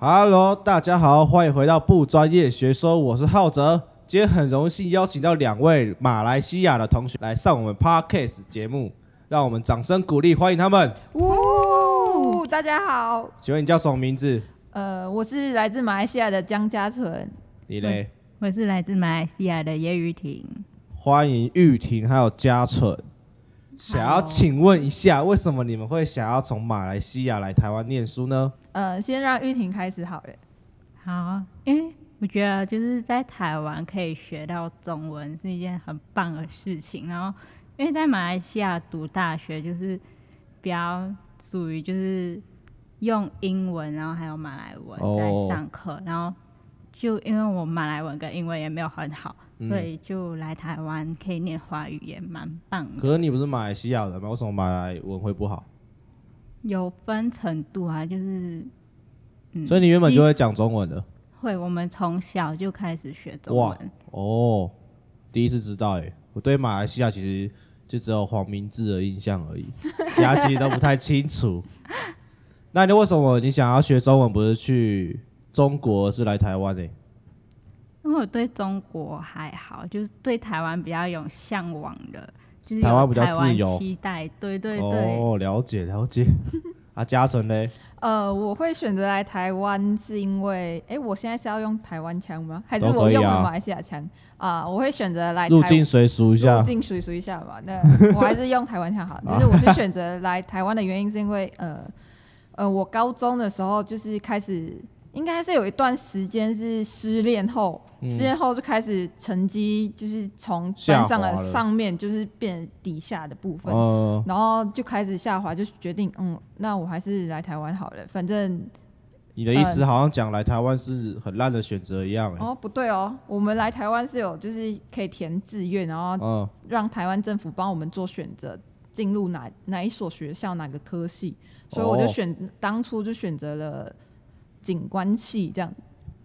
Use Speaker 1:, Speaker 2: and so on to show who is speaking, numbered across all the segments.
Speaker 1: Hello，大家好，欢迎回到不专业学说，我是浩哲。今天很荣幸邀请到两位马来西亚的同学来上我们 Podcast 节目，让我们掌声鼓励，欢迎他们。
Speaker 2: 呜，大家好，
Speaker 1: 请问你叫什么名字？
Speaker 2: 哦呃，我是来自马来西亚的江嘉纯，
Speaker 1: 你嘞？
Speaker 3: 我是来自马来西亚的叶雨婷。
Speaker 1: 欢迎玉婷还有嘉纯。想要请问一下，为什么你们会想要从马来西亚来台湾念书呢？
Speaker 2: 呃，先让玉婷开始好了。
Speaker 3: 好，因为我觉得就是在台湾可以学到中文是一件很棒的事情，然后因为在马来西亚读大学就是比较属于就是用英文，然后还有马来文
Speaker 1: 哦
Speaker 3: 在上课，然后就因为我马来文跟英文也没有很好，
Speaker 1: 嗯
Speaker 3: 所以就来台湾可以念华语也蛮棒的。
Speaker 1: 可是你不是马来西亚人吗？为什么马来文会不好？
Speaker 3: 有分程度啊，就是嗯
Speaker 1: 所以你原本就会讲中文的
Speaker 3: 会，我们从小就开始学中
Speaker 1: 哇
Speaker 3: 文。
Speaker 1: 哦。第一次知道哎、我对马来西亚其实就只有黄明志的印象而已， 其他其实都不太清楚。那你为什么你想要学中文？不是去中国，是来台湾欸呢、
Speaker 3: 因为我对中国还好，就是对台湾比较有向往的，就是有
Speaker 1: 台湾比较自由
Speaker 3: 台湾期待，对对对，
Speaker 1: 哦，了解了解。啊，嘉诚嘞，
Speaker 2: 呃，我会选择来台湾是因为，哎、我现在是要用台湾腔吗？还是
Speaker 1: 都
Speaker 2: 我
Speaker 1: 可以啊
Speaker 2: 用了马来西亚腔？啊、我会选择来台
Speaker 1: 入境随俗一
Speaker 2: 入
Speaker 1: 下。
Speaker 2: 境熟熟一下吧。那 我还是用台湾腔好了。就是我是选择来台湾的原因是因为，呃呃，我高中的时候就是开始，应该是有一段时间是失恋后，失恋后就开始成绩就是从班上
Speaker 1: 下滑了
Speaker 2: 的上面就是变底下的部分，
Speaker 1: 嗯，
Speaker 2: 然后就开始下滑，就决定嗯，那我还是来台湾好了，反正
Speaker 1: 你的意思好像讲来台湾是很烂的选择一样、欸。
Speaker 2: 哦不对哦，我们来台湾是有就是可以填志愿，然后
Speaker 1: 嗯，
Speaker 2: 让台湾政府帮我们做选择，进入哪哪一所学校哪个科系，所以我就
Speaker 1: 哦
Speaker 2: 选、当初就选择了景观系这样，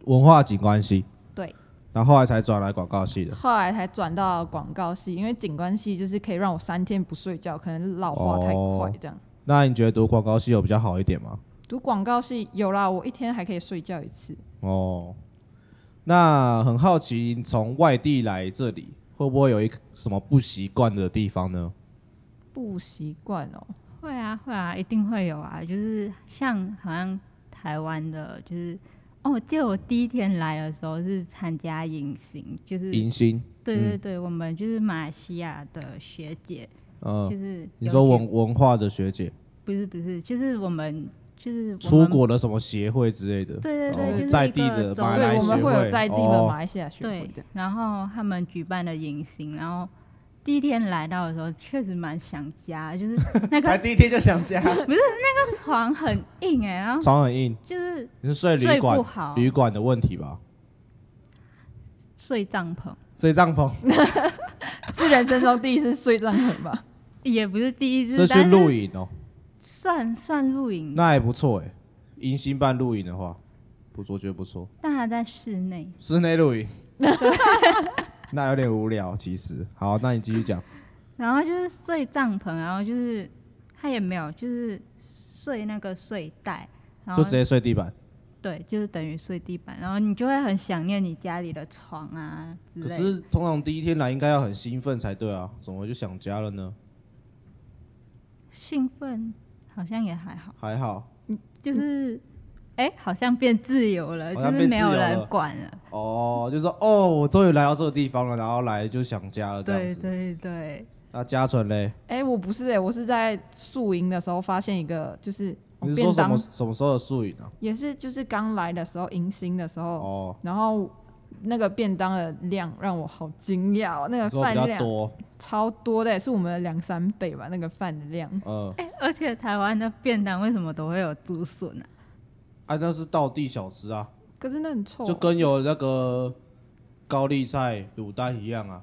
Speaker 1: 文化景观系。
Speaker 2: 对。
Speaker 1: 然后后来才转来广告系的。
Speaker 2: 后来才转到广告系，因为景观系就是可以让我三天不睡觉，可能老化太
Speaker 1: 哦
Speaker 2: 快这样。
Speaker 1: 那你觉得读广告系有比较好一点吗？
Speaker 2: 读广告系有啦，我一天还可以睡觉一次。
Speaker 1: 哦，那很好奇，你从外地来这里会不会有一个什么不习惯的地方呢？
Speaker 2: 不习惯哦，
Speaker 3: 会啊会啊，一定会有啊，就是像好像台湾的，就是哦，我记得我第一天来的时候是参加迎新，就是
Speaker 1: 迎嗯新，
Speaker 3: 对对对，我们就是马来西亚的学姐，
Speaker 1: 嗯、
Speaker 3: 就是
Speaker 1: 你
Speaker 3: 有
Speaker 1: 说
Speaker 3: 点
Speaker 1: 文文化的学姐，
Speaker 3: 不是不是，就是我们就是我
Speaker 1: 出
Speaker 3: 们
Speaker 1: 国的什么协会之类的，
Speaker 3: 对对对，
Speaker 1: 哦
Speaker 3: 就是
Speaker 1: 在
Speaker 3: 一
Speaker 1: 地的
Speaker 3: 个种
Speaker 1: 马
Speaker 3: 族
Speaker 1: 来
Speaker 2: 对，我们
Speaker 1: 学
Speaker 2: 会有
Speaker 1: 会
Speaker 2: 在地的
Speaker 1: 哦
Speaker 2: 马来西亚学会
Speaker 3: 对
Speaker 2: 的。，
Speaker 3: 然后他们举办的迎新，然后第一天来到的时候，确实蛮想 家，就是那
Speaker 1: 来
Speaker 3: 个
Speaker 1: 第一天就想 家，
Speaker 3: 床很硬哎、然后
Speaker 1: 床很硬，
Speaker 3: 就是
Speaker 1: 你是睡旅
Speaker 3: 睡
Speaker 1: 馆
Speaker 3: 不好，
Speaker 1: 旅馆的问题吧？
Speaker 3: 睡帐篷
Speaker 1: 睡帐篷
Speaker 2: 是人生中第一次睡帐篷吧？
Speaker 3: 也不是第一次，
Speaker 1: 是去
Speaker 3: 但
Speaker 1: 露营哦，
Speaker 3: 算算露营，
Speaker 1: 那还不错哎、迎新办露营的话，不错，觉得不错。
Speaker 3: 但还在室内。
Speaker 1: 室内露 营， 那有点无聊。其实，好，那你继续讲。
Speaker 3: 然后就是睡帐篷，然后就是他也没有就是睡那个睡袋，然
Speaker 1: 就
Speaker 3: 后
Speaker 1: 直接睡地板。
Speaker 3: 对，就是等于睡地板，然后你就会很想念你家里的床啊之
Speaker 1: 可
Speaker 3: 类的。
Speaker 1: 是通常第一天来应该要很兴奋才对啊，怎么就想家了呢？
Speaker 3: 兴奋好像也还好。
Speaker 1: 还好
Speaker 3: 就是，哎、好像变自由了，
Speaker 1: 嗯好像
Speaker 3: 就是没有
Speaker 1: 变自由
Speaker 3: 人
Speaker 1: 了
Speaker 3: 管了。
Speaker 1: 哦，就说哦，我终于来到这个地方了，然后来就想家哦了这样
Speaker 3: 对
Speaker 1: 子。
Speaker 3: 对对，
Speaker 1: 那嘉纯嘞，
Speaker 2: 哎、我不是哎、我是在宿营的时候发现一个，就是哦
Speaker 1: 你是
Speaker 2: 便
Speaker 1: 说什么
Speaker 2: 当
Speaker 1: 什么时候的宿营啊？
Speaker 2: 也是就是刚来的时候迎新的时候，
Speaker 1: 哦，
Speaker 2: 然后那个便当的量让我好惊讶哦，那
Speaker 1: 你
Speaker 2: 个
Speaker 1: 说比
Speaker 2: 饭
Speaker 1: 较
Speaker 2: 量
Speaker 1: 多，
Speaker 2: 超多的欸、是我们的两三倍吧，那个饭量。
Speaker 1: 嗯，
Speaker 3: 哎、而且台湾的便当为什么都会有竹笋啊？
Speaker 1: 啊，那是道地小吃啊，
Speaker 2: 可是那很臭啊、
Speaker 1: 就跟有那个高丽菜卤蛋一样啊，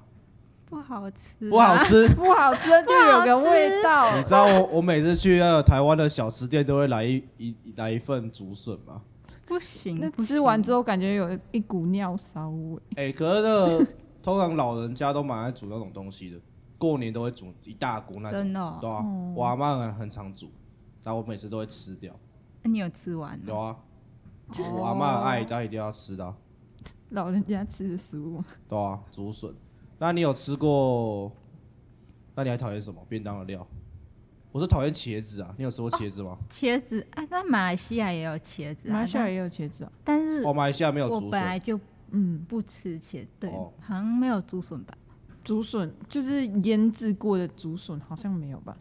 Speaker 3: 不好吃、啊
Speaker 1: 不好。吃。
Speaker 2: 不好吃，就有个味道。
Speaker 1: 你知道我我每次去那个台湾的小吃店都会来一一来一份竹笋吗？
Speaker 3: 不行，
Speaker 2: 那
Speaker 3: 不
Speaker 2: 吃完
Speaker 3: 行
Speaker 2: 之后感觉有一股尿骚味。
Speaker 1: 哎、可是那个通常老人家都蛮爱煮那种东西的，过年都会煮一大锅那种，
Speaker 3: 真的哦、
Speaker 1: 对啊，我阿妈很很常煮，然后我每次都会吃掉，
Speaker 3: 那你有吃完吗？哦
Speaker 1: 有啊，我阿妈爱她一定要吃的啊，
Speaker 2: 老人家吃的食物，
Speaker 1: 对啊，竹笋。那你有吃过？那你还讨厌什么便当的料？我是讨厌茄子啊，你有吃过茄子吗？
Speaker 3: 茄子啊，那马来西亚也有茄子、啊，
Speaker 2: 马来西亚也有茄子啊。
Speaker 3: 但但是
Speaker 1: 哦，马来西亚没有
Speaker 3: 我
Speaker 1: 竹
Speaker 3: 本
Speaker 1: 笋，
Speaker 3: 来就
Speaker 2: 嗯，
Speaker 3: 不吃茄，对，
Speaker 1: 哦
Speaker 3: 好像没有竹笋吧，
Speaker 2: 竹笋就是腌制过的竹笋，好像没有吧？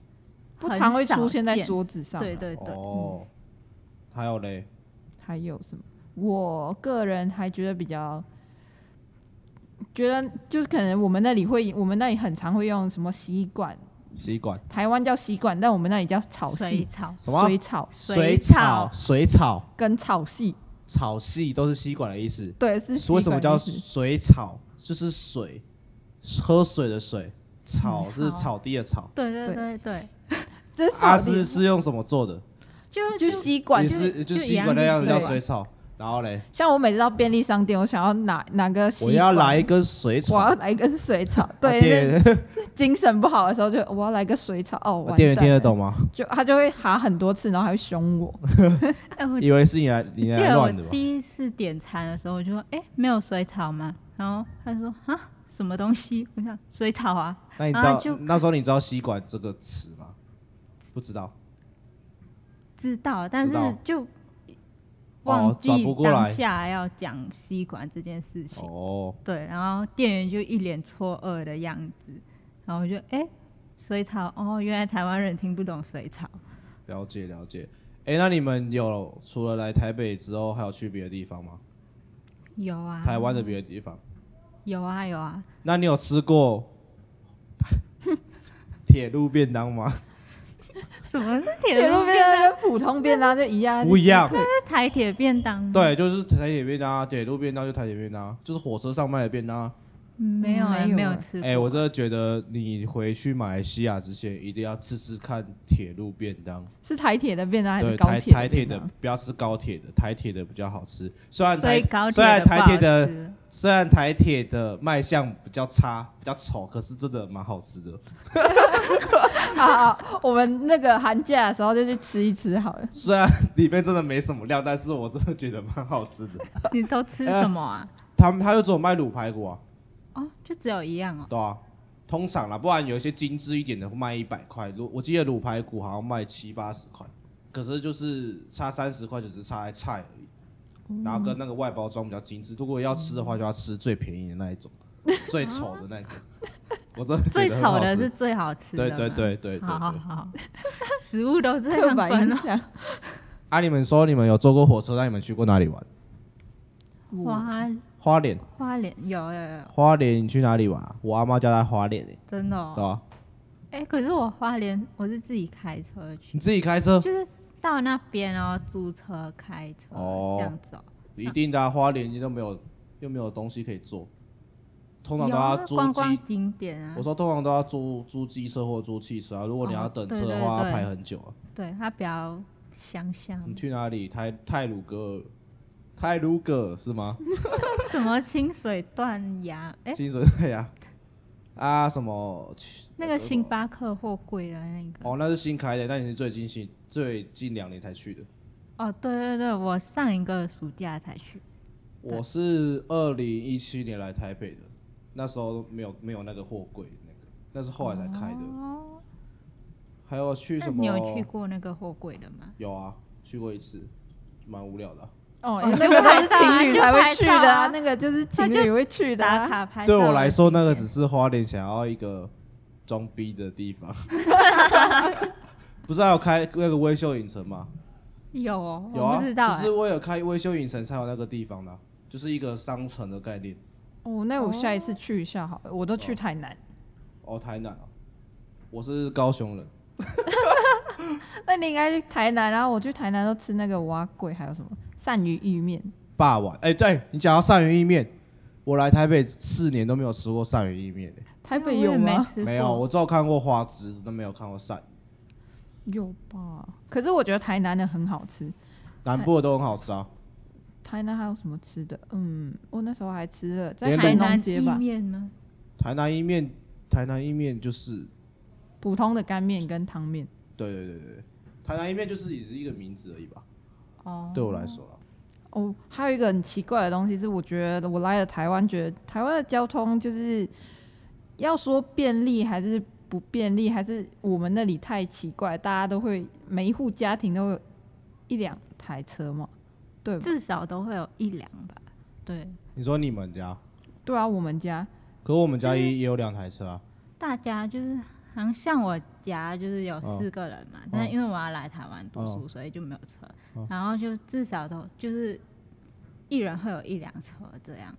Speaker 2: 不
Speaker 3: 很
Speaker 2: 常会
Speaker 3: 少
Speaker 2: 出现在
Speaker 3: 见
Speaker 2: 桌子上啊。
Speaker 3: 对对对，
Speaker 1: 哦，还有嘞，
Speaker 2: 还有什么？我个人还觉得比较，觉得就是可能我们那里会，我们那里很常会用什么吸管，
Speaker 1: 吸管
Speaker 2: 台湾叫吸管，但我们那里叫炒
Speaker 3: 水
Speaker 2: 戏、
Speaker 3: 草
Speaker 1: 什么
Speaker 2: 水炒
Speaker 3: 水
Speaker 1: 草
Speaker 3: 草
Speaker 1: 水草
Speaker 2: 跟炒戏，
Speaker 1: 草系都是吸管的意思。
Speaker 2: 对，是吸管
Speaker 1: 为什么叫
Speaker 2: 的意思
Speaker 1: 水草？就是水，喝水的水，草是
Speaker 3: 草
Speaker 1: 草地的草。
Speaker 3: 对对
Speaker 2: 对
Speaker 3: 对对，
Speaker 2: 这
Speaker 1: 阿
Speaker 2: 是
Speaker 1: 是是用什么做的？
Speaker 3: 就
Speaker 2: 就吸管
Speaker 1: 也
Speaker 3: 就是
Speaker 1: 就
Speaker 3: 就
Speaker 1: 吸
Speaker 3: 一样
Speaker 1: 管那样子
Speaker 3: 是
Speaker 1: 叫
Speaker 3: 水
Speaker 1: 水草。然后嘞，
Speaker 2: 像我每次到便利商店，我想要拿拿个吸
Speaker 1: 我
Speaker 2: 管，
Speaker 1: 要来一根水
Speaker 2: 我要
Speaker 1: 草。
Speaker 2: 来一根水草，
Speaker 1: 啊
Speaker 2: 对，
Speaker 1: 店
Speaker 2: 那精神不好的时候就我要来个水草，哦，
Speaker 1: 啊
Speaker 2: 完
Speaker 1: 店员
Speaker 2: 蛋
Speaker 1: 听得
Speaker 2: 了，
Speaker 1: 懂吗？
Speaker 2: 就他就会哈很多次，然后还会凶我，
Speaker 3: 哎我
Speaker 1: 以为是你来你
Speaker 3: 记
Speaker 1: 来
Speaker 3: 得我
Speaker 1: 乱的吧？
Speaker 3: 第一次点餐的时候，我就说：“哎、没有水草吗？”然后他说：“啊，什么东西？” 我想水草啊，
Speaker 1: 那你知
Speaker 3: 然
Speaker 1: 道
Speaker 3: 后就
Speaker 1: 那时候你知道吸管这个词吗？不知道
Speaker 3: 知道，但
Speaker 1: 知道
Speaker 3: 是就
Speaker 1: 哦
Speaker 3: 忘，
Speaker 1: 转
Speaker 3: 记
Speaker 1: 不过
Speaker 3: 当
Speaker 1: 来
Speaker 3: 下要讲吸管这件事情。
Speaker 1: 哦。
Speaker 3: 对，然后店员就一脸错愕的样子，然后我就哎、水草哦，原来台湾人听不懂水草。
Speaker 1: 了解了解。哎、那你们有除了来台北之后，还有去别的地方吗？
Speaker 3: 有啊，
Speaker 1: 台湾的别的地方？
Speaker 3: 有啊有啊，
Speaker 1: 那你有吃过 铁路便当吗？
Speaker 3: 什么是
Speaker 2: 铁
Speaker 3: 铁
Speaker 2: 路
Speaker 3: 路
Speaker 2: 便
Speaker 3: 便当？
Speaker 2: 当跟普通便当就一样，
Speaker 1: 不一样
Speaker 2: 就可以
Speaker 3: 是台铁便当吗？
Speaker 1: 对，就是台铁便当啊，铁路便当就台铁便当啊，就是火车上卖的便当啊。
Speaker 3: 嗯，没有啊，
Speaker 2: 没有
Speaker 3: 没
Speaker 2: 啊
Speaker 3: 有吃过。
Speaker 1: 哎、我真的觉得你回去马来西亚之前，一定要吃吃看铁路便当。
Speaker 2: 是台铁的便当还
Speaker 1: 对，
Speaker 2: 是高
Speaker 1: 台
Speaker 2: 铁
Speaker 1: 台铁
Speaker 2: 便
Speaker 1: 的
Speaker 2: 当？
Speaker 1: 不要吃高铁的，台铁的比较好吃。虽然
Speaker 3: 所
Speaker 1: 哎台
Speaker 3: 以高
Speaker 1: 虽然
Speaker 3: 的不
Speaker 1: 台
Speaker 3: 好
Speaker 1: 铁的
Speaker 3: 吃
Speaker 1: 虽然台铁的卖相比较差，比较丑，可是真的蛮好吃的。
Speaker 2: 好好，啊我们那个寒假的时候就去吃一吃好了。
Speaker 1: 虽然里面真的没什么料，但是我真的觉得蛮好吃的。
Speaker 3: 你都吃什么啊？
Speaker 1: 他们他就只有卖卤排骨啊，
Speaker 3: 哦，就只有一样哦。
Speaker 1: 对啊，通常啦，不然有一些精致一点的会卖一百块。卤我记得卤排骨好像卖七八十块，可是就是差三十块，只是差在菜而已。然后跟那个外包装比较精致，如果要吃的话，就要吃最便宜的那一 种，最丑的那个。我真的觉
Speaker 3: 最
Speaker 1: 得很
Speaker 3: 丑
Speaker 1: 好
Speaker 3: 的
Speaker 1: 吃
Speaker 3: 是最好吃的
Speaker 1: 对
Speaker 3: 吗。
Speaker 1: 对对对对
Speaker 3: 好好
Speaker 1: 对。
Speaker 3: 好， 食物都这
Speaker 2: 刻
Speaker 3: 样
Speaker 2: 板
Speaker 3: 分
Speaker 2: 印
Speaker 3: 哦。
Speaker 2: 象，
Speaker 1: 啊，你们说你们有坐过火车，那你们去过哪里玩？
Speaker 2: 嗯
Speaker 3: 花
Speaker 1: 花莲，
Speaker 3: 花莲有有有，
Speaker 1: 花莲你去哪里玩啊？我阿妈叫她花莲、欸，
Speaker 3: 真的、
Speaker 1: 对
Speaker 3: 哦。
Speaker 1: 吧、
Speaker 3: 哎、可是我花莲我是自己开车去，
Speaker 1: 你自己开车，
Speaker 3: 就是到那边然后租车开车、
Speaker 1: 哦
Speaker 3: 这样走。
Speaker 1: 一定的、啊，花莲你都没有，又没有东西可以做，通常都
Speaker 3: 有
Speaker 1: 要
Speaker 3: 啊
Speaker 1: 租
Speaker 3: 观光
Speaker 1: 机。
Speaker 3: 景点啊
Speaker 1: 我，说通常都要租租机车或租汽车啊，如果你
Speaker 3: 哦
Speaker 1: 要等
Speaker 3: 对
Speaker 1: 车的
Speaker 3: 对
Speaker 1: 话，要
Speaker 3: 对
Speaker 1: 排很久啊。
Speaker 3: 对它比较乡下，
Speaker 1: 你去哪里？泰泰鲁格尔，泰鲁格尔是吗？嗯
Speaker 3: 什么清水断崖，哎、
Speaker 1: 清水 对呀。啊，什么？
Speaker 3: 那个星巴克货柜的那个。
Speaker 1: 哦，那是新开的，那你是最近新最近两年才去的。
Speaker 3: 哦，对对对，我上一个暑假才去。
Speaker 1: 我是二零一七年来台北的，那时候没有没有那个货柜，那个那是后来才开的。
Speaker 3: 哦，
Speaker 1: 还有去
Speaker 3: 那
Speaker 1: 什么？
Speaker 3: 你有去过那个货柜的吗？
Speaker 1: 有啊，去过一次，蛮无聊的啊、
Speaker 2: 哦
Speaker 3: 哦，
Speaker 2: 那个都是
Speaker 3: 就拍照啊
Speaker 2: 情侣才会去
Speaker 3: 就拍
Speaker 2: 的
Speaker 3: 照
Speaker 2: 啊，
Speaker 3: 啊
Speaker 2: 那个就是情侣会去的
Speaker 3: 打
Speaker 2: 啊。
Speaker 3: 卡拍照
Speaker 1: 对我来说，
Speaker 3: 的
Speaker 1: 那个
Speaker 3: 景
Speaker 1: 只是花莲想要一个装逼的地 方。不是还有开那个微秀影城吗？
Speaker 3: 点有哦，
Speaker 1: 有
Speaker 3: 我
Speaker 1: 啊，
Speaker 3: 不知道
Speaker 1: 就是
Speaker 3: 哎。
Speaker 1: 为了开微秀影城才有那个地方的啊、就是一个商城的概念。
Speaker 2: 哦，那我下一次去一下好了，我都去台南。
Speaker 1: 哦，台南啊，我是高雄人，
Speaker 2: 那你应该去台南，啊然后我去台南都吃那个蛙桂，还有什么鳝鱼意面。
Speaker 1: 霸碗。哎、对你讲到鳝鱼意面，我来台北四年都没有吃过鳝鱼意面、欸
Speaker 2: 台
Speaker 3: 我
Speaker 2: 北
Speaker 3: 也
Speaker 2: 有
Speaker 3: 没
Speaker 2: 吗？
Speaker 3: 吃过
Speaker 1: 没有，我只有看过花枝，都没有看过鳝鱼。
Speaker 2: 有吧？可是我觉得台南的很好吃。
Speaker 1: 南部的都很好吃啊。
Speaker 2: 台南还有什么吃的？嗯，我那时候还吃了在
Speaker 1: 连
Speaker 2: 海
Speaker 3: 台
Speaker 1: 冷
Speaker 2: 农
Speaker 3: 南
Speaker 2: 街
Speaker 3: 意
Speaker 2: 吧，
Speaker 3: 面吗？
Speaker 1: 台南意面，台南意面就是，
Speaker 2: 普通的干面跟汤面。
Speaker 1: 对对对对，对台南意面就是也是一个名字而已吧，
Speaker 3: 哦，
Speaker 1: 对我来说啦。
Speaker 2: 哦，还有一个很奇怪的东西是，我觉得我来了台湾，觉得台湾的交通就是要说便利还是不便利，还是我们那里太奇怪，大家都会每一户家庭都有一两台车嘛，对吧？
Speaker 3: 至少都会有一辆吧。对，
Speaker 1: 你说你们家，
Speaker 2: 对啊，我们家
Speaker 1: 可我们家也也有两台车啊。
Speaker 3: 大家就是好像像我家就是有四个人
Speaker 1: 哦
Speaker 3: 嘛，但是因为我要来台湾读书，所以就没有车，然后就至少都就是一人会有一辆车这样。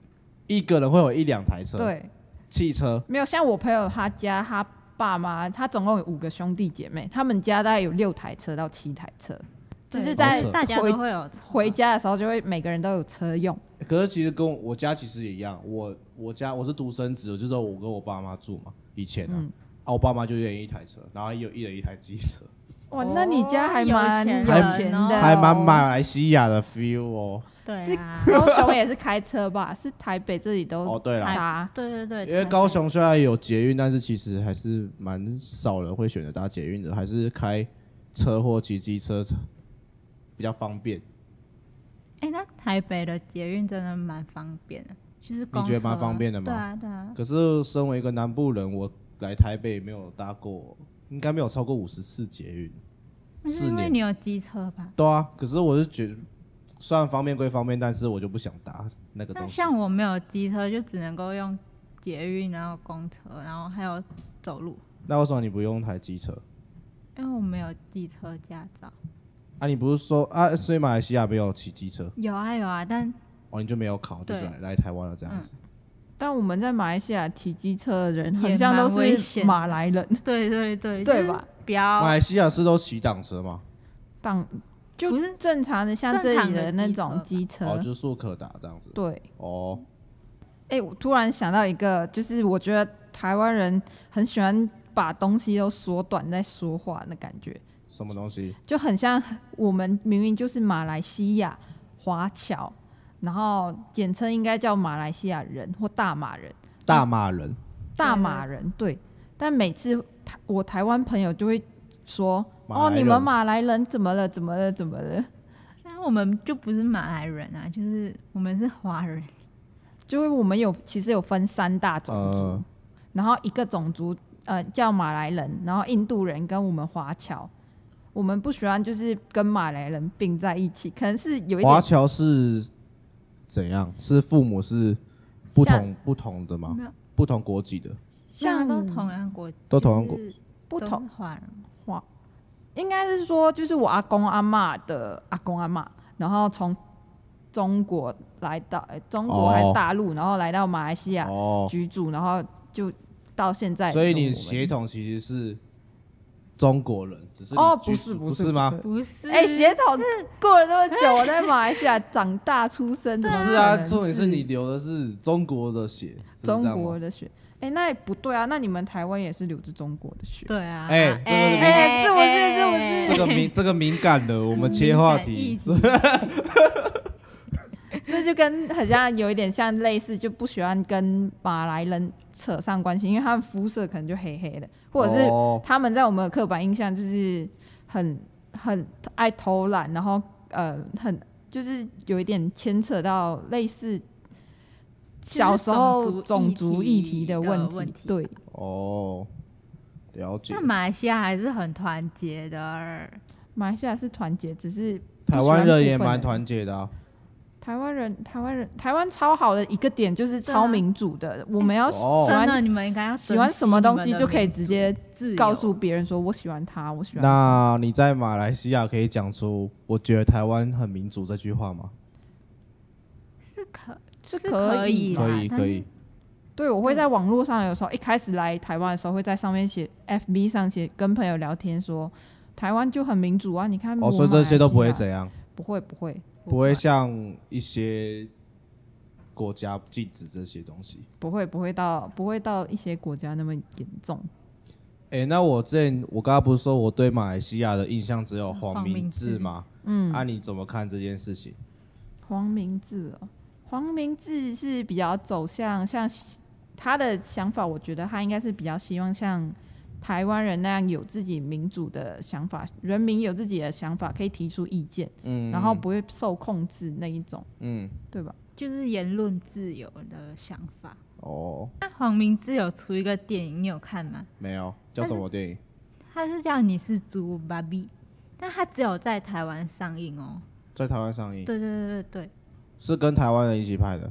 Speaker 1: 一个人会有一两台车，，
Speaker 2: 对，
Speaker 1: 汽车
Speaker 2: 没有像我朋友他家他爸妈，他总共有五个兄弟姐妹，他们家大概有六台车到七台车，只是
Speaker 3: 对
Speaker 2: 在
Speaker 1: 好扯
Speaker 3: 大家
Speaker 2: 回
Speaker 3: 都会有车
Speaker 2: 回家的时候就会每个人都有车用。
Speaker 1: 可是其实跟我我家其实也一样，我我家我是独生子，就是我跟我爸妈住嘛，以前啊，
Speaker 2: 嗯
Speaker 1: 啊我爸妈就一人一台车，然后有一人一台机车，
Speaker 2: 哇，
Speaker 3: 哦
Speaker 2: 那你家还
Speaker 3: 有
Speaker 2: 蛮
Speaker 3: 钱
Speaker 2: 有
Speaker 3: 人
Speaker 2: 钱
Speaker 3: 哦
Speaker 2: 的，
Speaker 1: 还蛮。马来西亚的 feel 哦。
Speaker 3: 对
Speaker 2: 是
Speaker 3: 啊，
Speaker 2: 高雄也是开车吧？ 是台北这里都
Speaker 1: 哦对啦
Speaker 2: 搭
Speaker 3: 对对对，
Speaker 1: 因为高雄虽然有捷运，但是其实还是蛮少人会选择搭捷运的，还是开车或骑机车比较方便。
Speaker 3: 哎、那台北的捷运真的蛮方便的，就是公
Speaker 1: 你觉得蛮
Speaker 3: 车
Speaker 1: 方便的吗
Speaker 3: 对啊，对啊，
Speaker 1: 可是身为一个南部人，我来台北没有搭过，应该没有超过五十次捷运。
Speaker 3: 那是
Speaker 1: 四
Speaker 3: 嗯因为
Speaker 1: 年
Speaker 3: 你有机车吧？
Speaker 1: 对啊，可是我是觉得，虽然方便归方便，但是我就不想搭那个
Speaker 3: 那
Speaker 1: 东西。
Speaker 3: 像我没有机车，就只能够用捷运，然后公车，然后还有走路，
Speaker 1: 那为什么你不用台机车？
Speaker 3: 因为我没有机车驾照。
Speaker 1: 啊，你不是说啊，所以马来西亚没有骑机车，
Speaker 3: 有啊有啊，但
Speaker 1: 哦，你就没有考，就是
Speaker 3: 对嗯
Speaker 1: 来来台湾了这样子。
Speaker 2: 但我们在马来西亚骑机车的人，很
Speaker 3: 也
Speaker 2: 像都
Speaker 3: 蛮危险
Speaker 2: 是
Speaker 3: 的
Speaker 2: 马来人，
Speaker 3: 对对对，
Speaker 2: 对吧？
Speaker 3: 不
Speaker 1: 马
Speaker 3: 要
Speaker 1: 来西亚是都骑挡车嘛？
Speaker 2: 当就
Speaker 3: 不是
Speaker 2: 正常的像这里的那种机
Speaker 1: 哦，
Speaker 2: 车
Speaker 1: 就，是速可达这样子。
Speaker 2: 对。
Speaker 1: 哦，
Speaker 2: 哎、我突然想到一个，就是我觉得台湾人很喜欢把东西都缩短在说话的感觉，
Speaker 1: 什么东西？
Speaker 2: 就很像我们明明就是马来西亚华侨，然后简称应该叫马来西亚人或大马人。
Speaker 1: 大骂人，
Speaker 2: 大马人对，但每次台我台湾朋友就会说：“
Speaker 1: 马
Speaker 2: 哦，
Speaker 1: 来
Speaker 2: 你们
Speaker 1: 人
Speaker 2: 马来人怎么了？怎么了？怎么了
Speaker 3: 但我们就不是马来人啊，就是我们是华人。？”
Speaker 2: 就是我们有其实有分三大种族，
Speaker 1: 呃，
Speaker 2: 然后一个种族呃叫马来人，然后印度人跟我们华侨，我们不喜欢就是跟马来人并在一起，可能是有一
Speaker 3: 啊
Speaker 1: 华
Speaker 2: 点
Speaker 1: 侨是怎样？是父母是不
Speaker 2: 像
Speaker 1: 同不同的吗
Speaker 3: 没有？
Speaker 1: 不同国籍的，
Speaker 2: 像
Speaker 3: 啊都同样国，
Speaker 1: 都同样国
Speaker 3: 就是
Speaker 2: 不
Speaker 3: 都
Speaker 2: 同
Speaker 3: 是华人。
Speaker 2: 应该是说，就是我阿公阿嬷的阿公阿嬷，然后从中国来到、呃中国还是大陆，然后来到马来西亚
Speaker 1: 哦，
Speaker 2: 居住，然后就到现在。
Speaker 1: 所以你协同其实是中国人，只是你
Speaker 2: 哦，
Speaker 1: 居
Speaker 2: 不是
Speaker 1: 住
Speaker 2: 不
Speaker 1: 不
Speaker 2: 是
Speaker 1: 吗？？
Speaker 3: 不是，
Speaker 2: 哎，协同过了那么久，我在马来西亚长大出生，
Speaker 1: 不
Speaker 2: 怎么
Speaker 1: 是
Speaker 2: 可
Speaker 1: 啊，
Speaker 2: 能
Speaker 1: 重点是你流的是中国的血，是这样
Speaker 2: 中
Speaker 1: 吗
Speaker 2: 国。的血。哎，那也不对啊，那你们台湾也是流着中国的血。
Speaker 3: 对啊，
Speaker 1: 哎这个是
Speaker 2: 哎是不是是不
Speaker 3: 哎
Speaker 1: 这个敏这个敏感的，我们切话题。
Speaker 3: 敏感议
Speaker 2: 这就跟很像，有一点像类似，就不喜欢跟马来人扯上关系，因为他们肤色可能就黑黑的，或者是
Speaker 1: 哦
Speaker 2: 他们在我们的刻板印象就是很很爱偷懒，然后呃很就是有一点牵扯到类似小时候种族议题的问
Speaker 3: 就是种族议题的问题
Speaker 2: 对，
Speaker 1: 哦，了解
Speaker 3: 那。马来西亚还是很团结的，
Speaker 2: 马来西亚是团结，只是不喜
Speaker 1: 台
Speaker 2: 欢
Speaker 1: 湾人也
Speaker 2: 部分
Speaker 1: 蛮团结的啊。
Speaker 2: 台湾人，台湾人，台湾超好的一个点就是
Speaker 3: 对啊
Speaker 2: 超民主的，我们要喜
Speaker 1: 哦
Speaker 3: 真的，
Speaker 2: 欢
Speaker 3: 你们应该要
Speaker 2: 喜欢什么东西就可以直接
Speaker 3: 自由
Speaker 2: 告诉别人说我喜欢他，我喜欢。
Speaker 1: 那你在马来西亚可以讲出“我觉得台湾很民主”这句话吗？
Speaker 3: 是可
Speaker 2: 是
Speaker 3: 是
Speaker 2: 可以
Speaker 3: 以
Speaker 2: 啦
Speaker 3: 啦
Speaker 1: 可以，
Speaker 3: 但是
Speaker 1: 可以。
Speaker 2: 对，我会在网络上有时候一开始来台湾的时候会在上面写 FB 上写跟朋友聊天说台湾就很民主啊，你看我
Speaker 1: 哦，所以
Speaker 2: 马来
Speaker 1: 这些都不会
Speaker 2: 西亚
Speaker 1: 怎样，
Speaker 2: 不会不会
Speaker 1: 不会像一些国家禁止这些东西。
Speaker 2: 不会不会到不会到一些国家那么严重。
Speaker 1: 哎、那我之前我刚刚不是说我对马来西亚的印象只有黄
Speaker 3: 黄
Speaker 1: 明
Speaker 3: 明
Speaker 1: 志
Speaker 3: 志
Speaker 1: 吗？
Speaker 2: 嗯，
Speaker 1: 啊，你怎么看这件事情？
Speaker 2: 黄明志哦，黄明志是比较走向像他的想法，我觉得他应该是比较希望像台湾人那样有自己民主的想法，人民有自己的想法，可以提出意见，
Speaker 1: 嗯，
Speaker 2: 然后不会受控制那一种，
Speaker 1: 嗯，
Speaker 2: 对吧？
Speaker 3: 就是言论自由的想法。
Speaker 1: 哦，
Speaker 3: 那黄明志有出一个电影，你有看吗？
Speaker 1: 没有，叫什么电影？
Speaker 3: 它是叫《你是猪芭比》，但它只有在台湾上映哦。
Speaker 1: 在台湾上映，
Speaker 3: 对对对对对，
Speaker 1: 是跟台湾人一起拍的，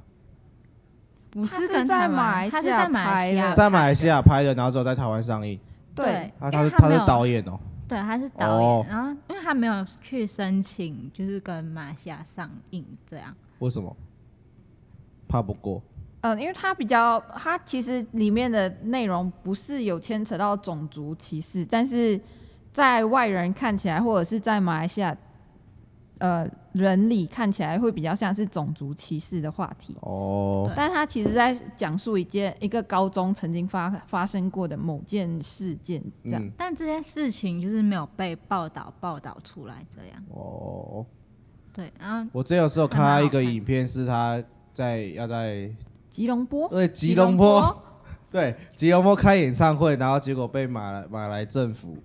Speaker 3: 不
Speaker 2: 它是
Speaker 3: 跟
Speaker 2: 在
Speaker 3: 台湾
Speaker 2: 马来
Speaker 3: 它是
Speaker 2: 西亚
Speaker 3: 在马来西
Speaker 2: 拍
Speaker 3: 亚
Speaker 2: 的
Speaker 1: 在马来西亚拍的，然后只有在台湾上映。
Speaker 3: 对，
Speaker 1: 啊，
Speaker 3: 因
Speaker 1: 他
Speaker 3: 为
Speaker 1: 是他
Speaker 3: 没
Speaker 1: 是
Speaker 3: 有
Speaker 1: 导演哦，
Speaker 3: 对，他是导演，
Speaker 1: 哦
Speaker 3: 然后因为他没有去申请，就是跟马来西亚上映这样。
Speaker 1: 为什么？怕不过，
Speaker 2: 嗯、因为它比较，它其实里面的内容不是有牵扯到种族歧视，但是在外人看起来，或者是在马来西亚，呃，人里看起来会比较像是种族歧视的话题。
Speaker 1: 哦，
Speaker 2: 但他其实在讲述一件一个高中曾经发发生过的某件事件，这样。
Speaker 1: 嗯，
Speaker 3: 但这件事情就是没有被报道报道出来这样。
Speaker 1: 哦，
Speaker 3: 对，然后
Speaker 1: 我之前有时候看
Speaker 3: 还蛮
Speaker 1: 到
Speaker 3: 好
Speaker 1: 一个
Speaker 3: 看
Speaker 1: 影片，是他在要在
Speaker 2: 吉隆哦坡，
Speaker 1: 对吉隆坡，对吉隆坡开演唱会，然后结果被马来马来政府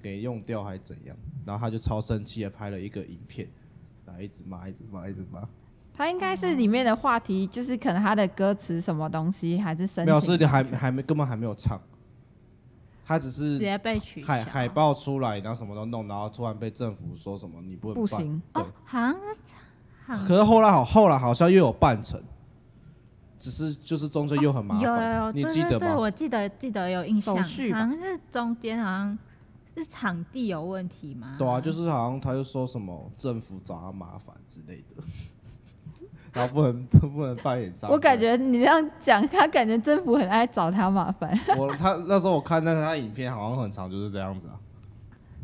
Speaker 1: 给用掉还是怎样，然后他就超生气的拍了一个影片，然后一直骂，一直骂，一直骂，
Speaker 2: 他应该是里面的话题，就是可能他的歌词什么东西还是申
Speaker 1: 没有，
Speaker 2: 请
Speaker 1: 是还还没根本还没有唱，他只
Speaker 3: 直
Speaker 1: 是
Speaker 3: 接被取消。
Speaker 1: 海海报出来，然后什么都弄，然后突然被政府说什么你不能
Speaker 2: 不
Speaker 1: 办
Speaker 2: 行，
Speaker 1: 对
Speaker 3: 哦，好像是好像
Speaker 1: 可是后来好，后来好像又有办成，只是就是中间又很麻
Speaker 3: 有有
Speaker 1: 烦，
Speaker 3: 有，
Speaker 1: 你
Speaker 3: 对
Speaker 1: 记
Speaker 3: 对
Speaker 1: 得
Speaker 3: 对
Speaker 1: 吗？
Speaker 3: 我记得记得有印
Speaker 2: 手
Speaker 3: 象，好
Speaker 2: 续吧
Speaker 3: 像是中间好像是场地有问题吗？
Speaker 1: 对啊，就是好像他就说什么政府找他麻烦之类的， 然后不能不能办演唱会。
Speaker 2: 我感觉你这样讲，他感觉政府很爱找他麻烦。
Speaker 1: 我他那时候我看那个他影片好像很长就是这样子啊，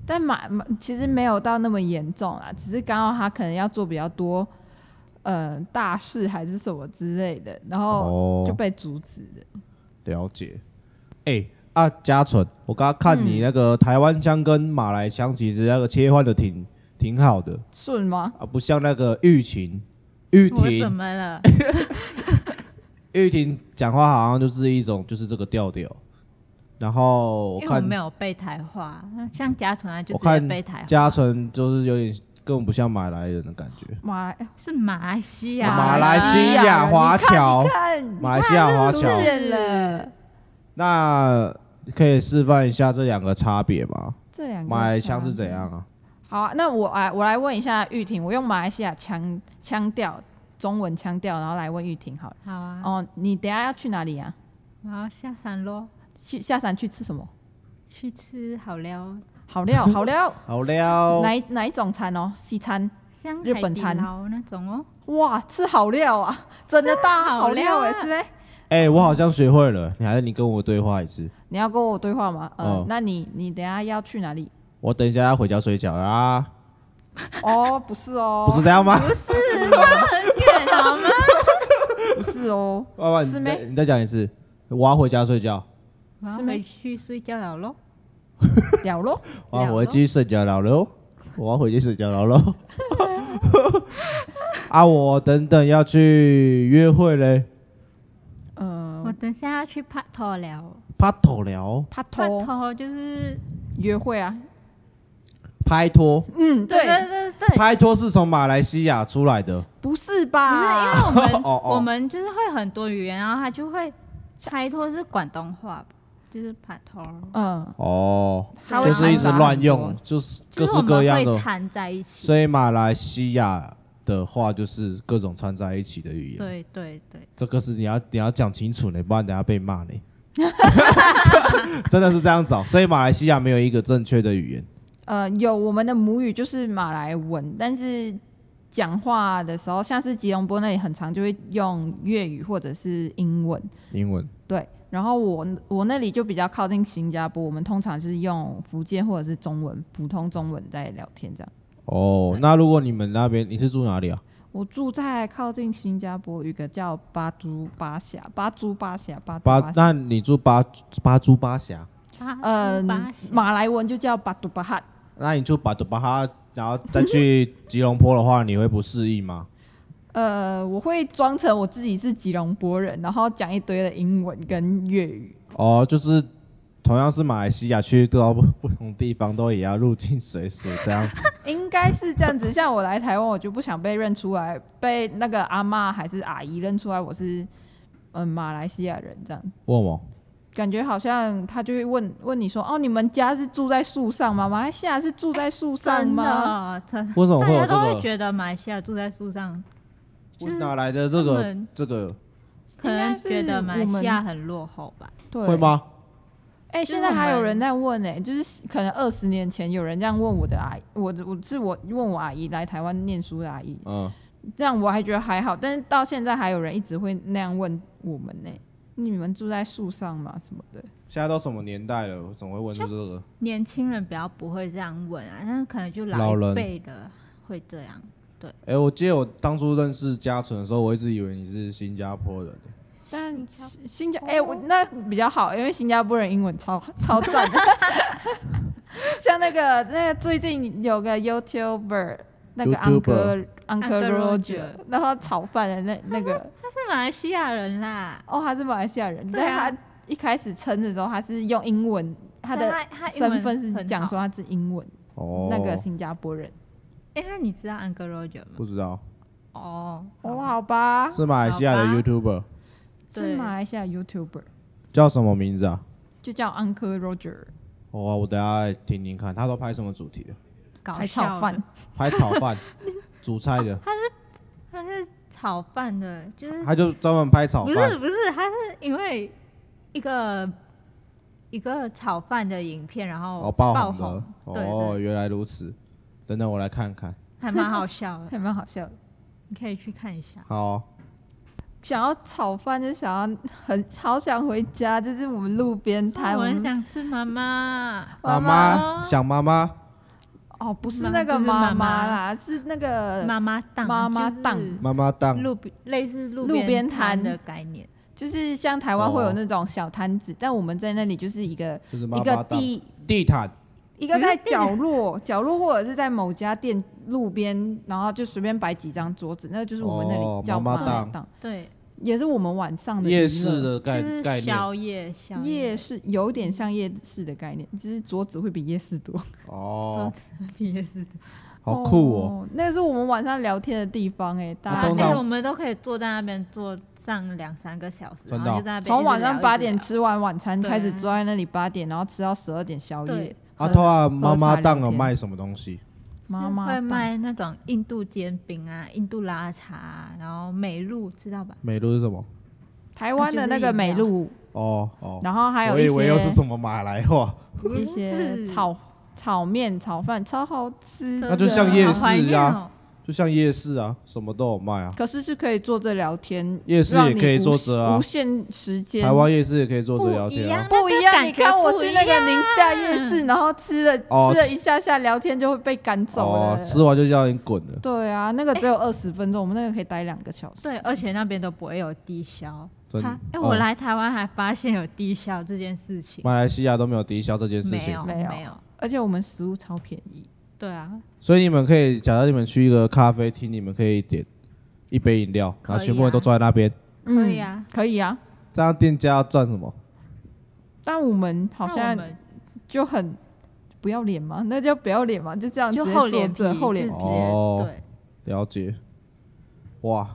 Speaker 2: 但马马其实没有到那么严重啦，只是刚好他可能要做比较多，呃，大事还是什么之类的，然后
Speaker 1: 哦
Speaker 2: 就被阻止了。
Speaker 1: 了解。哎、啊，嘉纯，我刚刚看
Speaker 3: 嗯
Speaker 1: 你那个台湾腔跟马来腔，其实那个切换的挺挺好的
Speaker 2: 顺吗？
Speaker 1: 啊，不像那个玉琴玉
Speaker 3: 我
Speaker 1: 婷
Speaker 3: 怎么了？
Speaker 1: 玉婷讲话好像就是一种就是这个调调，然后我
Speaker 3: 因为我
Speaker 1: 看
Speaker 3: 没有被台化，像嘉纯啊，就
Speaker 1: 我
Speaker 3: 直接
Speaker 1: 看
Speaker 3: 被台化，
Speaker 1: 嘉诚就是有点根本不像马来人的感觉，
Speaker 2: 马来
Speaker 3: 是马来西亚人，啊
Speaker 1: 马来西亚华侨，马来西亚华
Speaker 2: 出
Speaker 1: 侨，
Speaker 2: 现了
Speaker 1: 那可以示范一下这两个差别吗？
Speaker 2: 这两个
Speaker 1: 马来腔是怎？样啊？
Speaker 2: 好啊，那我来我来问一下玉婷，我用马来西亚腔腔调，中文腔调，然后来问玉婷好了。
Speaker 3: 好啊，
Speaker 2: 哦，你等一下要去哪里啊？
Speaker 3: 然后下山咯，
Speaker 2: 去下山去吃什么？
Speaker 3: 去吃好料，
Speaker 2: 好料，好料，
Speaker 1: 好了，
Speaker 2: 哪一哪一种餐哦？西餐。
Speaker 3: 像
Speaker 2: 日本
Speaker 3: 海
Speaker 2: 餐
Speaker 3: 底捞那种哦。
Speaker 2: 哇，吃好料啊，真的大好料哎、
Speaker 3: 吃好料啊
Speaker 2: 是呗？
Speaker 1: 哎、我好像学会了，你还是你跟我对话一次。
Speaker 2: 你要跟我对话吗？呃，
Speaker 1: 哦
Speaker 2: 那你你等一下要去哪里？
Speaker 1: 我等一下要回家睡觉啊，
Speaker 2: 哦，不是哦，
Speaker 1: 不 是这样吗？
Speaker 2: 啊
Speaker 3: 远好吗？
Speaker 2: 不是哦，
Speaker 1: 爸爸，
Speaker 2: 是
Speaker 1: 你
Speaker 2: 咩
Speaker 1: 再你再讲一次，我要回家睡觉，
Speaker 3: 我要
Speaker 2: 是吗
Speaker 3: 回去睡觉了咯。
Speaker 2: 了咯。
Speaker 1: 我要
Speaker 3: 了
Speaker 1: 回去睡觉了喽，我要回去睡觉了喽。 啊，我等等要去约会嘞，
Speaker 2: 呃，
Speaker 3: 我等下要去拍拖了，
Speaker 1: 拍拖聊，
Speaker 2: 怕
Speaker 3: 拍
Speaker 2: 偷
Speaker 3: 拖就是
Speaker 2: 约会啊？
Speaker 1: 拍拖，
Speaker 2: 嗯，对，
Speaker 3: 对对对，
Speaker 1: 拍拖是从马来西亚出来的，
Speaker 2: 不是
Speaker 3: 不是因
Speaker 2: 吧？
Speaker 3: 为我们
Speaker 1: 哦哦
Speaker 3: 我们就是会很多语言，然后他就会拍拖是广东话吧，就是拍拖，
Speaker 2: 嗯，
Speaker 1: 哦，
Speaker 2: 他会
Speaker 1: 就
Speaker 3: 对
Speaker 1: 是一直乱
Speaker 2: 掺杂很
Speaker 1: 用
Speaker 2: 多，
Speaker 1: 就是各
Speaker 3: 就是我
Speaker 1: 式各样
Speaker 3: 们会
Speaker 1: 的，
Speaker 3: 掺在一起。
Speaker 1: 所以马来西亚的话就是各种掺在一起的语言，
Speaker 3: 对对对，
Speaker 1: 这个是你要你要讲清楚呢，不然等下被骂呢。 真的是这样哦找，所以马来西亚没有一个正确的语言。
Speaker 2: 呃，有我们的母语就是马来文，但是讲话的时候，像是吉隆坡那里很常就会用粤语或者是英文，
Speaker 1: 英文
Speaker 2: 对。然后我我那里就比较靠近新加坡，我们通常就是用福建或者是中文，普通中文在聊天这样。
Speaker 1: 哦，那如果你们那边你是住哪里啊？
Speaker 2: 我住在靠近新加坡，有一个叫巴珠巴峡，巴珠巴峡，巴珠
Speaker 1: 巴
Speaker 2: 巴，峡，
Speaker 1: 那你住巴巴珠巴峡，
Speaker 2: 嗯、
Speaker 3: 八十八
Speaker 2: 马来文就叫巴杜巴哈。
Speaker 1: 那你住巴杜巴哈，然后再去吉隆坡的话，你会不适应吗？
Speaker 2: 呃，我会装成我自己是吉隆坡人，然后讲一堆的英文跟粤语。
Speaker 1: 哦，就是同样是马来西亚去到不不同地方都也要入境随俗这样子。
Speaker 2: 应该是这样子。像我来台湾，我就不想被认出来，被那个阿嬷还是阿姨认出来我是嗯马来西亚人这样。
Speaker 1: 问我
Speaker 2: 感觉好像他就会问问你说：“哦，你们家是住在树上吗？马来西亚是住在树上
Speaker 3: 真
Speaker 2: 吗
Speaker 3: 的，真的，
Speaker 1: 为什么
Speaker 3: 大
Speaker 1: 会有
Speaker 3: 家
Speaker 1: 哦这
Speaker 3: 都会
Speaker 1: 个？
Speaker 3: 觉得马来西亚住在树上，
Speaker 1: 我哪来的这
Speaker 3: 他
Speaker 1: 个
Speaker 3: 们
Speaker 1: 这个？
Speaker 3: 可能觉得马来
Speaker 2: 应
Speaker 3: 西
Speaker 2: 该是我
Speaker 3: 亚很落后吧？”
Speaker 2: 对，
Speaker 1: 会？吗？
Speaker 2: 哎、
Speaker 3: 就是
Speaker 2: 现在还
Speaker 3: 我们
Speaker 2: 有人在问哎、就是可能二十年前有人这样问我的阿姨，我的我是我问我阿姨来台湾念书的阿姨，
Speaker 1: 嗯，
Speaker 2: 这样我还觉得还好，但是到现在还有人一直会那样问我们呢、你们住在树上吗？什么的？
Speaker 1: 现在都什么年代了，我怎么会问出这个？
Speaker 3: 年轻人比较不会这样问啊，但是可能就
Speaker 1: 老
Speaker 3: 一
Speaker 1: 人
Speaker 3: 辈的会这样。
Speaker 1: 哎、我记得我当初认识嘉纯的时候，我一直以为你是新加坡人。
Speaker 2: 但新新加哎、我
Speaker 3: 哦
Speaker 2: 那比较好，因为新加坡人英文超 超赞的。像那个那个最近有个 YouTuber，那个
Speaker 1: YouTuber
Speaker 2: Uncle Uncle
Speaker 3: Uncle
Speaker 2: Roger，然后炒饭的那那个，
Speaker 3: 他是马来西亚人啦，
Speaker 2: 哦，他是马来西亚人，
Speaker 3: 对
Speaker 2: 但
Speaker 3: 啊
Speaker 2: 他一开始称的时候，他是用英文，他的
Speaker 3: 但他他英文
Speaker 2: 身份是
Speaker 3: 很
Speaker 2: 讲
Speaker 3: 好
Speaker 2: 说他是英文，
Speaker 1: 哦，
Speaker 2: 那个新加坡人。
Speaker 3: 哎、那你知道 Uncle Roger 吗？
Speaker 1: 不知道，
Speaker 3: 哦，
Speaker 2: 哦，好吧，
Speaker 1: 是马来西亚的
Speaker 3: 好吧
Speaker 1: YouTuber，
Speaker 2: 是
Speaker 3: 对
Speaker 2: 马来西亚 YouTuber，
Speaker 1: 叫什么名字啊？
Speaker 2: 就叫 Uncle Roger，
Speaker 1: 哦，我等一下来听听看，他都拍什么主题的？
Speaker 3: 搞
Speaker 2: 还
Speaker 3: 笑
Speaker 2: 炒
Speaker 3: 的
Speaker 2: 饭，
Speaker 1: 拍炒 饭、煮菜
Speaker 2: 啊
Speaker 1: 的，
Speaker 3: 他是炒饭的，就是
Speaker 1: 他就专门拍炒
Speaker 3: 不是
Speaker 1: 饭。
Speaker 3: 不是，他是因为一个一个炒饭的影片，然后
Speaker 1: 哦，
Speaker 3: 爆
Speaker 1: 红的。
Speaker 3: 对
Speaker 1: 哦，原来如此。等等，我来看看。
Speaker 3: 还蛮好笑的，
Speaker 2: 还蛮好笑的。
Speaker 3: 你可以去看一下。
Speaker 1: 好，
Speaker 2: 想要炒饭就想要很好想回家，就是我们路边摊，
Speaker 3: 哦我
Speaker 2: 我
Speaker 3: 很
Speaker 2: 们
Speaker 3: 想吃妈妈，
Speaker 1: 妈
Speaker 2: 妈
Speaker 1: 妈想妈妈，
Speaker 2: 哦不是
Speaker 3: 妈
Speaker 2: 那
Speaker 3: 不
Speaker 2: 个
Speaker 3: 是
Speaker 2: 妈妈
Speaker 3: 妈妈
Speaker 2: 啦，是那个
Speaker 3: 妈呃
Speaker 2: 妈妈
Speaker 3: 妈档，
Speaker 2: 档
Speaker 3: 就是
Speaker 1: 妈妈当
Speaker 3: 路边类似路
Speaker 2: 路边
Speaker 3: 摊
Speaker 2: 摊
Speaker 3: 的概念，
Speaker 2: 就是像台湾会
Speaker 1: 哦
Speaker 2: 有那种小摊子，但我们在那里就是一个
Speaker 1: 就是妈
Speaker 2: 一
Speaker 1: 妈
Speaker 2: 个
Speaker 1: 当
Speaker 2: 地
Speaker 1: 地毯。
Speaker 2: 一个
Speaker 3: 可是
Speaker 2: 在
Speaker 3: 店
Speaker 2: 角 落，角落或者是在某家店路边，然后就随便摆几张桌子，那就是我们那
Speaker 1: 哦
Speaker 2: 里叫
Speaker 1: 妈妈
Speaker 2: 妈妈
Speaker 1: 档
Speaker 2: 档，
Speaker 3: 对，
Speaker 2: 也是我们晚上的娱
Speaker 1: 夜
Speaker 2: 乐
Speaker 1: 市的
Speaker 3: 就
Speaker 1: 概概念
Speaker 3: 是宵夜宵
Speaker 2: 夜市，有点像夜市的概念，只是桌子会比夜市多，
Speaker 1: 哦，
Speaker 3: 毕业是，
Speaker 1: 好酷哦！
Speaker 2: 哦！那个是我们晚上聊天的地方哎，大
Speaker 1: 通
Speaker 2: 家
Speaker 1: 常
Speaker 3: 哎我们都可以坐在那边坐上两三个小时，
Speaker 1: 真的
Speaker 3: 然
Speaker 1: 哦
Speaker 3: 后就在那边
Speaker 2: 从晚
Speaker 3: 一
Speaker 2: 上
Speaker 3: 直聊
Speaker 2: 八点
Speaker 3: 一直
Speaker 2: 吃完晚餐
Speaker 3: 对啊
Speaker 2: 开始坐在那里八点，然后吃到十二点宵夜
Speaker 3: 对。
Speaker 1: 阿
Speaker 2: 喝
Speaker 1: 托啊，妈妈
Speaker 2: 喝茶
Speaker 1: 当
Speaker 2: 聊
Speaker 1: 有
Speaker 2: 天
Speaker 1: 卖什么东西？
Speaker 3: 聊，
Speaker 2: 妈妈
Speaker 3: 会
Speaker 2: 档
Speaker 3: 卖那种印度煎饼啊、印度拉茶啊，然后美露知道吧？
Speaker 1: 美露是什么？
Speaker 2: 台湾的
Speaker 3: 啊就是
Speaker 2: 那个
Speaker 3: 饮
Speaker 2: 美
Speaker 3: 料
Speaker 2: 露，
Speaker 1: 哦哦，
Speaker 2: 然后还有
Speaker 1: 我
Speaker 2: 一
Speaker 1: 以为又
Speaker 2: 些
Speaker 1: 是什么马来话，
Speaker 2: 一些
Speaker 3: 不是
Speaker 2: 炒炒面、炒饭，超好吃的。
Speaker 1: 那就像夜市啊
Speaker 3: 好怀念哦
Speaker 1: 就像夜市啊，什么都有卖啊。
Speaker 2: 可是是可以坐着聊天，
Speaker 1: 夜市
Speaker 2: 让
Speaker 1: 也
Speaker 2: 你
Speaker 1: 可以
Speaker 2: 无
Speaker 1: 坐
Speaker 2: 时
Speaker 1: 着啊
Speaker 2: 无限时间。
Speaker 1: 台湾夜市也可以坐着聊
Speaker 3: 不一
Speaker 1: 天
Speaker 3: 样
Speaker 1: 啊。
Speaker 2: 不一
Speaker 3: 那
Speaker 2: 样，
Speaker 3: 个
Speaker 2: 你看我去那
Speaker 3: 感
Speaker 2: 个
Speaker 3: 觉不一样
Speaker 2: 宁夏夜市，然后吃了
Speaker 1: 哦
Speaker 2: 吃了一下下，聊天就会被赶走
Speaker 1: 哦
Speaker 2: 了，。
Speaker 1: 吃完就叫你滚了。
Speaker 2: 对啊，那个只有二十分钟，我们那个可以待两个小时。
Speaker 3: 对，而且那边都不会有低消。
Speaker 1: 真
Speaker 3: 他
Speaker 1: 哦
Speaker 3: 哎、我来台湾还发现有低消这件事情，
Speaker 1: 马来西亚都没有低消这件事
Speaker 3: 没
Speaker 1: 情
Speaker 3: 有，
Speaker 2: 没有
Speaker 3: 没有，
Speaker 2: 而且我们食物超便宜，
Speaker 3: 对啊，
Speaker 1: 所以你们可以，假设你们去一个咖啡厅，你们可以点一杯饮料，
Speaker 3: 可以啊
Speaker 1: 然后全部人都坐在那边，
Speaker 3: 可以啊
Speaker 2: 嗯可以啊。
Speaker 1: 这样店家要赚什么？
Speaker 2: 但我们好
Speaker 3: 那我
Speaker 2: 像
Speaker 3: 们
Speaker 2: 就很不要脸嘛， 那叫不要脸嘛，就这样直
Speaker 3: 就
Speaker 2: 接
Speaker 3: 厚脸
Speaker 2: 坐着
Speaker 3: 皮，
Speaker 2: 厚脸
Speaker 3: 就
Speaker 2: 皮
Speaker 3: 直。接
Speaker 1: 哦
Speaker 3: 对，
Speaker 1: 了解。哇，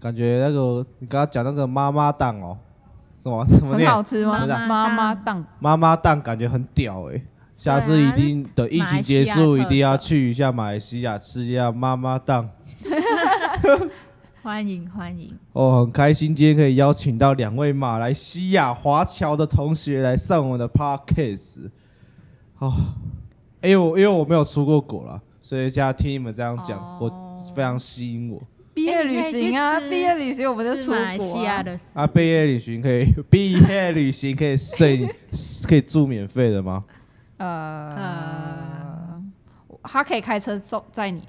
Speaker 1: 感觉那个你刚刚讲那个妈妈档哦，什么什么
Speaker 2: 很
Speaker 1: 念
Speaker 2: 好吃吗？
Speaker 1: 怎么讲
Speaker 2: 妈
Speaker 3: 妈
Speaker 2: 妈
Speaker 3: 妈
Speaker 2: 档，
Speaker 1: 妈妈档，感觉很屌哎、下次一定等疫情结束，
Speaker 3: 啊马来西亚特色
Speaker 1: 一定要去一下马来西亚吃一下妈妈档
Speaker 3: 欢迎欢迎，
Speaker 1: 哦，很开心今天可以邀请到两位马来西亚华侨的同学来上我们的 podcast。哦，因为我因为我没有出过国啦，所以现在听你们这样讲，
Speaker 3: 哦
Speaker 1: 我非常吸引我。
Speaker 2: 毕业旅行啊，
Speaker 3: 哎你可以去吃
Speaker 2: 毕业旅行我们就
Speaker 3: 吃
Speaker 2: 出
Speaker 3: 马来
Speaker 2: 国
Speaker 3: 西亚
Speaker 2: 啊。
Speaker 3: 的
Speaker 1: 啊，毕业旅行可以，毕业旅行可以睡， 可以住免费的吗？
Speaker 2: 呃，他可以开车送载你，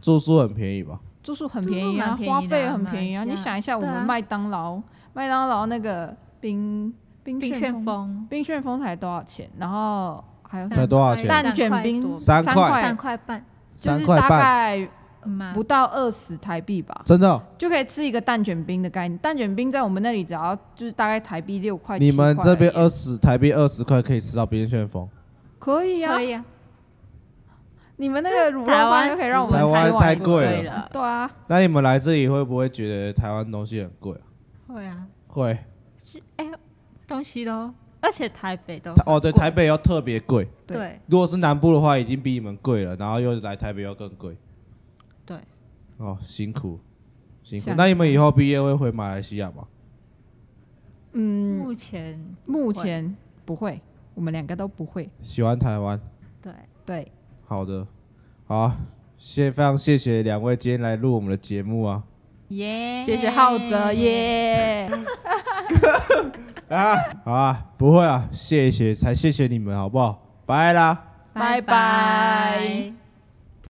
Speaker 1: 住宿很便宜吧？
Speaker 2: 住宿很便宜啊，
Speaker 3: 住宿蛮便宜的
Speaker 2: 花
Speaker 3: 啊
Speaker 2: 费很便宜啊。
Speaker 3: 马来西亚
Speaker 2: 你想一下，我
Speaker 3: 对
Speaker 2: 们
Speaker 3: 啊
Speaker 2: 麦当劳，麦当劳那个冰冰
Speaker 3: 冰
Speaker 2: 旋
Speaker 3: 旋，风，
Speaker 2: 冰旋风才多少钱？然后还有
Speaker 1: 啊才多少钱
Speaker 2: 蛋卷冰
Speaker 1: 三块
Speaker 2: 块，
Speaker 3: 三块半，嗯
Speaker 2: 就
Speaker 1: 三
Speaker 2: 是
Speaker 1: 块
Speaker 2: 大
Speaker 1: 半，
Speaker 2: 概
Speaker 3: 吗？
Speaker 2: 不到二十台币吧，
Speaker 1: 真的哦，
Speaker 2: 就可以吃一个蛋卷冰的概念。蛋卷冰在我们那里只要就是大概台币六块，
Speaker 1: 你们
Speaker 2: 7块
Speaker 1: 这边
Speaker 2: 而已啊
Speaker 1: 二十台币二十块可以吃到冰旋风，
Speaker 2: 可以啊
Speaker 3: 可，以啊，
Speaker 2: 你们那个乳肉
Speaker 3: 台
Speaker 2: 饭
Speaker 3: 湾
Speaker 2: 就可以让我们
Speaker 1: 台湾
Speaker 2: 吃完
Speaker 1: 太
Speaker 2: 一个
Speaker 1: 贵
Speaker 3: 对
Speaker 1: 了
Speaker 3: 了，
Speaker 2: 对啊，
Speaker 1: 那你们来这里会不会觉得台湾东西很贵啊？
Speaker 3: 会啊，
Speaker 1: 会，
Speaker 3: 哎东西都，而且台北都
Speaker 1: 台哦对，
Speaker 3: 贵
Speaker 1: 台北要特别贵，
Speaker 2: 对
Speaker 3: 对
Speaker 1: 如果是南部的话，已经比你们贵了，然后又来台北又更贵。
Speaker 3: 对，
Speaker 1: 哦，辛苦，辛苦
Speaker 2: 下。
Speaker 1: 那你们以后毕业会回马来西亚吗？
Speaker 2: 嗯，
Speaker 3: 目前
Speaker 2: 目前不会，我们两个都不会。
Speaker 1: 喜欢台湾，
Speaker 3: 对，
Speaker 2: 对，
Speaker 1: 好的，好啊，谢非常谢谢两位今天来录我们的节目啊
Speaker 3: 耶，
Speaker 2: 谢谢浩哲，耶，
Speaker 1: 啊，好啊，不会啊，谢谢才谢谢你们好不好？拜啦。
Speaker 2: 拜拜
Speaker 3: 拜